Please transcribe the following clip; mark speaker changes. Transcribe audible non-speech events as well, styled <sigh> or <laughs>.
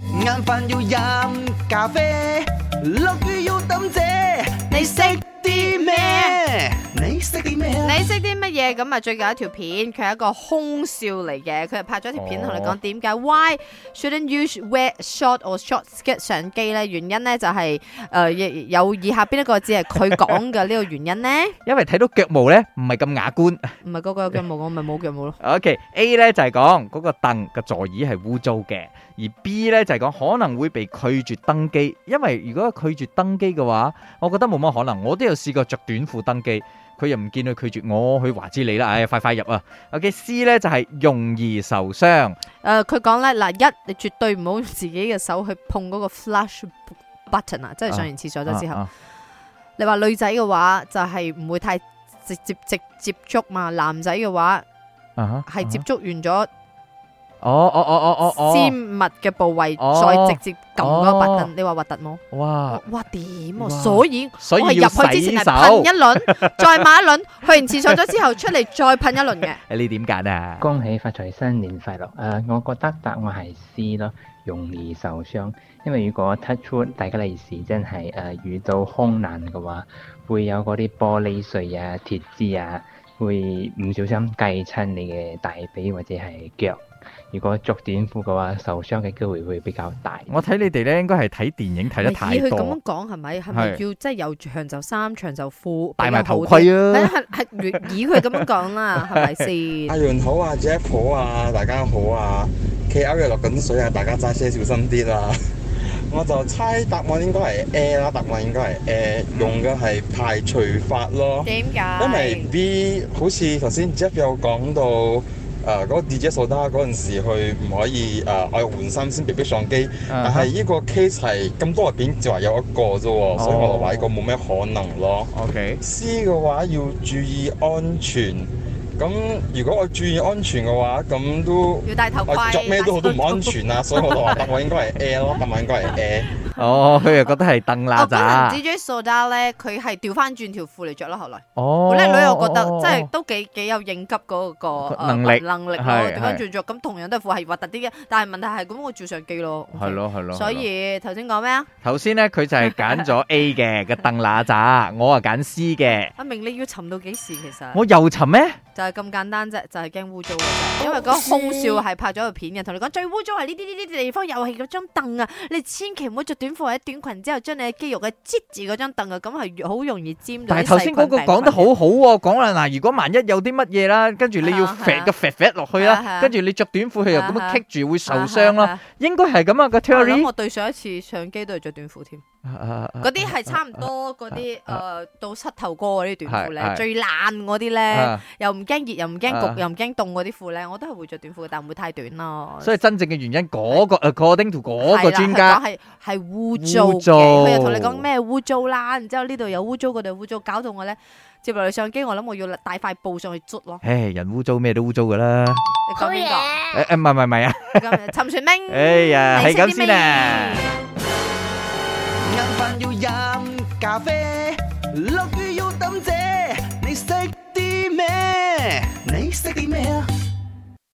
Speaker 1: 晏飯要飲咖啡，落雨要抌遮。你識啲咩？你識啲咩啊？
Speaker 2: 你識啲乜嘢？咁啊，最近有一條片，佢係一個空少嚟嘅，佢係拍咗條片同你講點解 why shouldn't you wear short or short skirt 上機咧？原因咧就係、呃有以下邊一個只係佢講嘅呢個原因咧？
Speaker 3: 因為睇到腳毛咧唔係咁雅觀。
Speaker 2: 唔係個個有腳毛，我咪冇腳毛咯。
Speaker 3: <laughs> OK，A 咧就係講嗰個凳個座椅係污糟嘅，而 B 咧就係講可能會被拒絕登機，因為如果拒絕登機嘅話，我覺得冇乜可能。我都有試過着短褲登機，佢又唔見佢拒絕我，佢話之你啦，唉、快快入啊！OK，C 咧就係容易受傷，
Speaker 2: 誒、呃佢講咧嗱，一你絕對唔好用自己嘅手去碰嗰個 flash button 啊，即係上完廁所咗之後。
Speaker 3: 啊啊
Speaker 2: 你話女仔嘅話就係唔會太直接直接觸嘛，男仔嘅話
Speaker 3: 啊哈
Speaker 2: 係接
Speaker 3: 啊
Speaker 2: 觸完咗
Speaker 3: 哈哦哦哦哦哦
Speaker 2: 私密嘅部位，
Speaker 3: 哦
Speaker 2: 再直接撳嗰個
Speaker 3: 哦
Speaker 2: button，你話核突冇？
Speaker 3: 哦，哇！
Speaker 2: 哇點
Speaker 3: 哇
Speaker 2: 啊！所以
Speaker 3: 所
Speaker 2: 我
Speaker 3: 以
Speaker 2: 係
Speaker 3: 要
Speaker 2: 入去之
Speaker 3: 洗
Speaker 2: 前係噴
Speaker 3: 手，
Speaker 2: 一輪， <laughs> 再抹一輪，去完廁所咗之後出嚟再噴一輪
Speaker 3: <laughs>
Speaker 2: 嘅。
Speaker 3: 你點揀啊？
Speaker 4: 恭喜發財，新年快樂！誒、呃我覺得答案係 C 咯，容易受傷。因為如果 touch wood，大家利是真係誒、遇到空難嘅話，會有嗰啲玻璃碎啊、鐵枝啊，會唔小心計親你嘅大髀或者係腳。如果着短褲嘅話，受傷嘅機會會比較大。
Speaker 3: 我睇你哋咧，應該係睇電影睇得
Speaker 2: 以
Speaker 3: 太
Speaker 2: 佢咁
Speaker 3: 多
Speaker 2: 樣，講係咪？係咪要
Speaker 3: 係
Speaker 2: 即係有長袖衫、長袖褲，
Speaker 3: 戴埋
Speaker 2: 比較好
Speaker 3: 頭
Speaker 2: 啲
Speaker 3: 盔啊
Speaker 2: 係係係以佢咁樣講
Speaker 3: <laughs>
Speaker 2: 啦，係咪先
Speaker 5: 阿？潤好
Speaker 1: à,
Speaker 5: 啊，Jeff 好啊，大家好啊，KL 又落緊水啊，
Speaker 1: à,
Speaker 5: 大家揸車小心啲啦。我就猜答案應該係
Speaker 1: E
Speaker 5: A 啦，答案應該係 A，用呃嘅係排除法咯。
Speaker 2: 點解？
Speaker 5: 因為 B 好似頭先 Jeff 有講到呃誒嗰、個 DJ 蘇打嗰陣時，佢唔可以誒、呃我要換衫先被逼上機。
Speaker 2: <laughs>
Speaker 3: 嗯
Speaker 5: 但係呢個 case 係咁多入邊只話有一個啫喎，所以我就話呢個冇咩可能咯。
Speaker 3: OK，
Speaker 5: C 嘅話要注意安全。咁如果我注意安全嘅話，咁都
Speaker 2: 要戴頭盔
Speaker 5: 我，着咩都好都唔安
Speaker 2: 戴手套。
Speaker 5: 全啊，所以我就話答案應該係 A 咯，答案應該係 A。
Speaker 3: 哦，佢又覺得係凳啦
Speaker 2: 哦，可能
Speaker 3: 咋？
Speaker 2: DJ Soda 咧，佢係調翻轉條褲嚟着啦。後來
Speaker 3: 哦，
Speaker 2: 好叻女，我覺得
Speaker 3: 哦
Speaker 2: 即係都幾幾有應急嗰個呃
Speaker 3: 能力
Speaker 2: 能力咯。
Speaker 3: 係
Speaker 2: 調翻轉着，咁同樣都係褲係核突啲嘅，但係問題係咁，我照相機咯。
Speaker 3: 係。咯係咯，
Speaker 2: 所
Speaker 3: 係咯
Speaker 2: 以頭先講咩啊？
Speaker 3: 頭先咧佢就
Speaker 2: <laughs>
Speaker 3: 係揀咗 A 嘅嘅凳乸咋，我啊揀 C 嘅，
Speaker 2: 阿明，你要沉到幾時？其實
Speaker 3: 我又沉咩？
Speaker 2: 就係咁簡單啫，就係驚污糟嘅
Speaker 3: 哦
Speaker 2: 啫。因為嗰個空少係拍咗條片嘅，同你講最污糟係呢啲呢啲地方，又係嗰張凳啊！你千祈唔好着短褲或者短裙之後，將你嘅肌肉嘅擠住嗰張凳啊，咁係好容易沾到
Speaker 3: 但
Speaker 2: 啲細菌病菌嘅。
Speaker 3: 係頭先嗰個講得好好喎，講啦嗱，如果萬一有啲乜嘢啦，跟住你要
Speaker 2: 係啊係
Speaker 3: 揈
Speaker 2: 啊
Speaker 3: 個揈揈落去
Speaker 2: 係啊係
Speaker 3: 啦，
Speaker 2: 啊
Speaker 3: 跟住你着短褲佢又
Speaker 2: 係
Speaker 3: 咁
Speaker 2: 啊係
Speaker 3: 樣
Speaker 2: 啊
Speaker 3: 棘住會受
Speaker 2: 啊
Speaker 3: 傷
Speaker 2: 係
Speaker 3: 啦，
Speaker 2: 啊
Speaker 3: 應該係咁啊個
Speaker 2: 我諗
Speaker 3: theory
Speaker 2: 我。對上一次上機都係着短褲添，
Speaker 3: 啊啊啊
Speaker 2: <laughs> 嗰啲係差唔多嗰
Speaker 3: <laughs>
Speaker 2: 啲誒到膝頭哥嗰啲短褲
Speaker 3: 係
Speaker 2: 咧
Speaker 3: 係，
Speaker 2: 最爛嗰啲咧，
Speaker 3: 啊
Speaker 2: 又唔驚熱又唔驚
Speaker 3: 啊
Speaker 2: 焗又唔驚凍嗰啲褲咧，我都係會着短褲嘅，但唔會太短咯。
Speaker 3: 所以真正嘅原因嗰個 according to 嗰
Speaker 2: 係
Speaker 3: 個
Speaker 2: 啦
Speaker 3: 專家
Speaker 2: 佢講。係係污糟
Speaker 3: 污
Speaker 2: 嘅，
Speaker 3: 糟
Speaker 2: 佢又同你講咩污糟啦，然之後呢度有污糟，嗰度有污糟，搞到我咧接落嚟上機，我諗我要帶塊布上去捽咯。
Speaker 3: 唉，人污糟咩都污糟噶啦。
Speaker 2: 你講邊個？
Speaker 3: 誒誒，唔係唔係唔 <laughs> 係啊！
Speaker 2: 你講邊個陳雪明。
Speaker 3: 哎呀，
Speaker 2: 你
Speaker 3: 係
Speaker 2: 識啲
Speaker 3: 咁先啊
Speaker 2: 咩。
Speaker 1: 晏飯要飲咖啡，落雨要抌遮。你識啲咩？你識啲咩啊？